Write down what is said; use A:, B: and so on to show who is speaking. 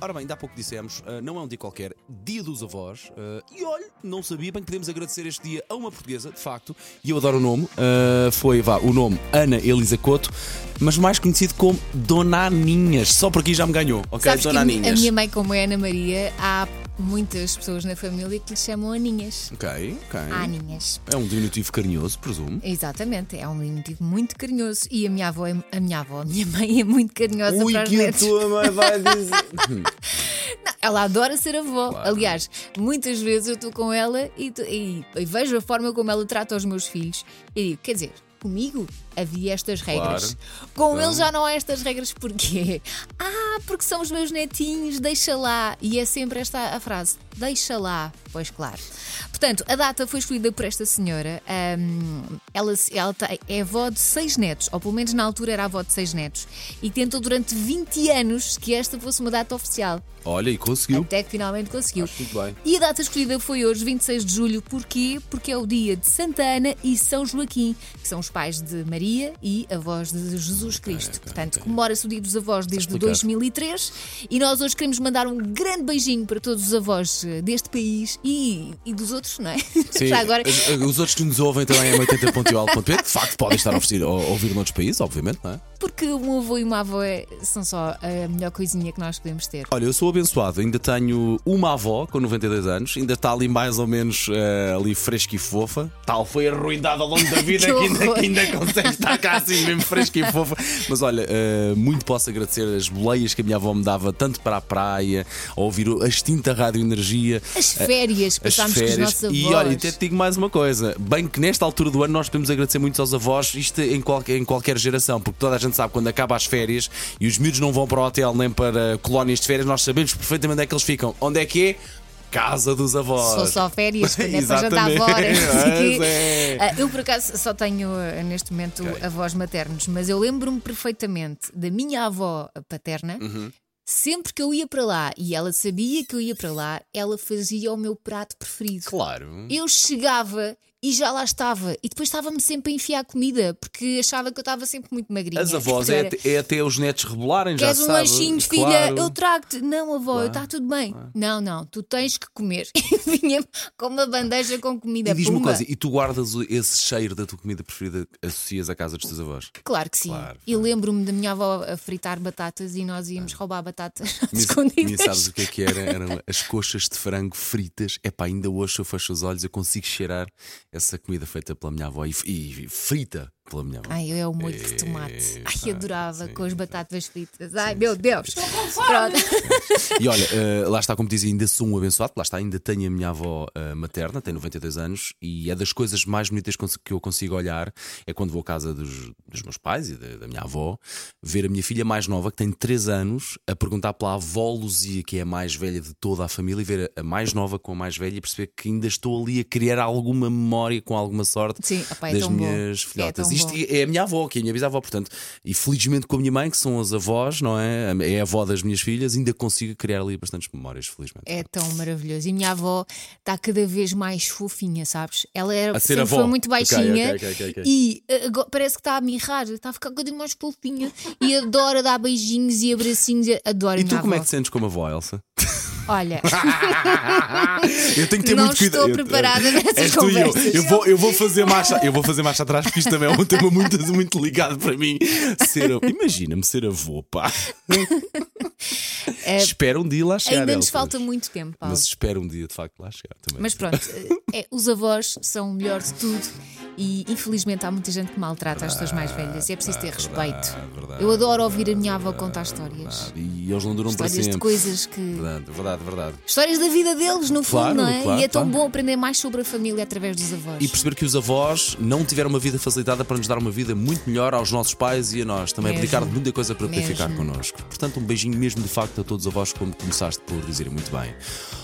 A: Ora bem, ainda há pouco dissemos, ah, não é um dia qualquer, dia dos avós. ah, e olha, não sabia bem que podemos agradecer este dia a uma portuguesa, de facto, e eu adoro o nome. ah, foi, vá, o nome Ana Elisa Couto, mas mais conhecido como Dona Aninhas. Só por aqui já me ganhou, ok?
B: Sabes que
A: Dona
B: a mi- a
A: Aninhas.
B: minha mãe, como é Ana Maria, há muitas pessoas na família que lhe chamam Aninhas.
A: Ok, ok.
B: Ah, Aninhas.
A: É um diminutivo carinhoso, presumo.
B: Exatamente, é um motivo muito carinhoso. E a minha avó, é- a minha avó, a minha mãe é muito carinhosa
A: Ui,
B: para os
A: que a
B: netos.
A: tua mãe vai dizer.
B: Ela adora ser avó. Aliás, muitas vezes eu estou com ela e, tu- e- e vejo a forma como ela trata os meus filhos e digo, quer dizer. Comigo havia estas regras. Com eles já não há estas regras, porquê? Ah, porque são os meus netinhos, deixa lá. E é sempre esta a frase: deixa lá. Pois claro. Portanto, a data foi escolhida por esta senhora. Ahm, ela se- ela tem- é avó de seis netos, ou pelo menos na altura era avó de seis netos, e tentou durante 20 anos que esta fosse uma data oficial.
A: Olha, e conseguiu.
B: Até que finalmente conseguiu.
A: Acho muito bem.
B: E a data escolhida foi hoje, 26 de julho. Porquê? Porque é o dia de Santa Ana e São Joaquim, que são os pais de Maria e avós de Jesus Cristo. Portanto, comemora-se o dia dos avós desde
A: explicado.
B: 2003 e nós hoje queremos mandar um grande beijinho para todos os avós eh, deste país e, e dos outros, não é?
A: Sim,
B: Já agora.
A: os, os outros que nos ouvem também é 80.ol.pt, de facto podem estar a, oferecer, a ouvir noutros países, obviamente, não é?
B: Porque um avô e uma avó é- são só a melhor coisinha que nós podemos ter.
A: Olha, eu sou abençoado, ainda tenho uma avó com 92 anos, ainda está ali mais ou menos eh, ali fresca e fofa. Tal foi arruinada ao longo da vida
B: Que
A: que, ainda,
B: horror.
A: que ainda consegue estar cá assim mesmo fresca e fofa. Mas olha, eh, muito posso agradecer as boleias que a minha avó me dava, tanto para a praia, a ouvir a extinta Rádio Energia.
B: As férias,
A: as
B: passámos com os
A: férias.
B: nossos avós.
A: E olha, e até te digo mais uma coisa: bem que nesta altura do ano nós podemos agradecer muito aos avós, isto em qualquer, em qualquer geração, porque toda a gente sabe quando acaba as férias e os miúdos não vão para o hotel nem para colónias de férias, nós sabemos perfeitamente onde é que eles ficam. Onde é que é? Casa dos avós.
B: Se fosse só férias, quando é para jantar
A: Exatamente.
B: fora. não sei o quê.
A: Pois é.
B: Ah, Eu, por acaso, só tenho ah, neste momento avós maternos, mas eu lembro-me perfeitamente da minha avó paterna.
A: Uhum.
B: Sempre que eu ia para lá e ela sabia que eu ia para lá, ela fazia o meu prato preferido.
A: Claro.
B: Eu chegava e já lá estava. E depois estava-me sempre a enfiar comida, porque achava que eu estava sempre muito magrinha.
A: As avós é,
B: Era,
A: até- é até os netos rebolarem, já
B: Queres um
A: sabe.
B: lanchinho, filha?
A: Claro.
B: Eu trago-te. Não, avó, está tudo bem. Não, não, tu tens que comer. E vinha com uma bandeja com comida.
A: E diz-me uma
B: Pumba.
A: coisa, e tu guardas o- esse cheiro da tua comida preferida, associas à casa dos teus avós?
B: Claro que sim.
A: Claro, Ah.
B: e lembro-me da minha avó a fritar batatas e nós íamos roubar batatas às
A: Miss- Miss, sabes
B: escondidas.
A: o que é que era? Eram as coxas de frango fritas. É pá, ainda hoje eu fecho os olhos, eu consigo cheirar essa comida feita pela minha avó e, e frita pela minha avó.
B: Ai, eu é o molho de tomate. Ai,
A: Epa,
B: adorava com
A: sim,
B: as batatas fritas. Ai, meu Deus. Pronto.
A: E olha, eh, lá está, como dizia, ainda sou um abençoado, lá está, ainda tenho a minha avó eh, materna, tem 92 anos, e é das coisas mais bonitas cons- que eu consigo olhar é quando vou à casa dos, dos meus pais e da, da minha avó, ver a minha filha mais nova, que tem 3 anos, a perguntar pela avó Luzia, que é a mais velha de toda a família, e ver a, a mais nova com a mais velha e perceber que ainda estou ali a criar alguma memória com alguma sorte
B: Sim, opá, é
A: das
B: tão bom.
A: minhas
B: É
A: filhotas.
B: tão
A: Isto
B: bom.
A: é a minha avó, que é a minha bisavó, portanto, e felizmente com a minha mãe, que são as avós, não é? É a avó das minhas filhas, ainda consigo criar ali bastantes memórias, felizmente.
B: É tão maravilhoso. E minha avó está cada vez mais fofinha, sabes? Ela era
A: A ser
B: sempre
A: avó.
B: foi muito
A: Ok,
B: baixinha
A: ok, ok, ok.
B: e eh, agora parece que está a mirrar, está a ficar cada vez mais fofinha e adora dar beijinhos e abracinhos. Adoro a
A: E
B: minha
A: tu como
B: avó.
A: é que te sentes como avó, Elsa?
B: Olha,
A: Eu tenho que ter
B: Não
A: muito cuidado.
B: estou preparada nessas
A: És tu e eu.
B: conversas.
A: Eu vou, eu vou fazer marcha, eu vou fazer marcha atrás porque isto também é um tema muito, muito ligado para mim. Ser, a- imagina-me ser avô, pá. Espero um dia lá chegar.
B: É, ainda nos
A: Elsa.
B: falta muito tempo, Paulo.
A: Mas espero um dia de facto lá chegar também.
B: Mas pronto, eh, é, os avós são o melhor de tudo e infelizmente há muita gente que maltrata as pessoas mais velhas e é preciso ter respeito.
A: verdade,
B: Eu adoro ouvir a minha avó contar histórias.
A: E eles não duram para
B: Histórias de
A: sempre.
B: coisas que.
A: Verdade, verdade, verdade.
B: Histórias da vida deles, no
A: Claro,
B: fundo, não é?
A: claro,
B: e é tão
A: claro.
B: bom aprender mais sobre a família através dos avós.
A: E perceber que os avós não tiveram uma vida facilitada para nos dar uma vida muito melhor aos nossos pais e a nós. Também
B: Mesmo.
A: abdicaram de muita coisa para poder
B: Mesmo.
A: ficar connosco. Portanto, um beijinho mesmo de facto a todos os avós, como começaste por dizer muito bem.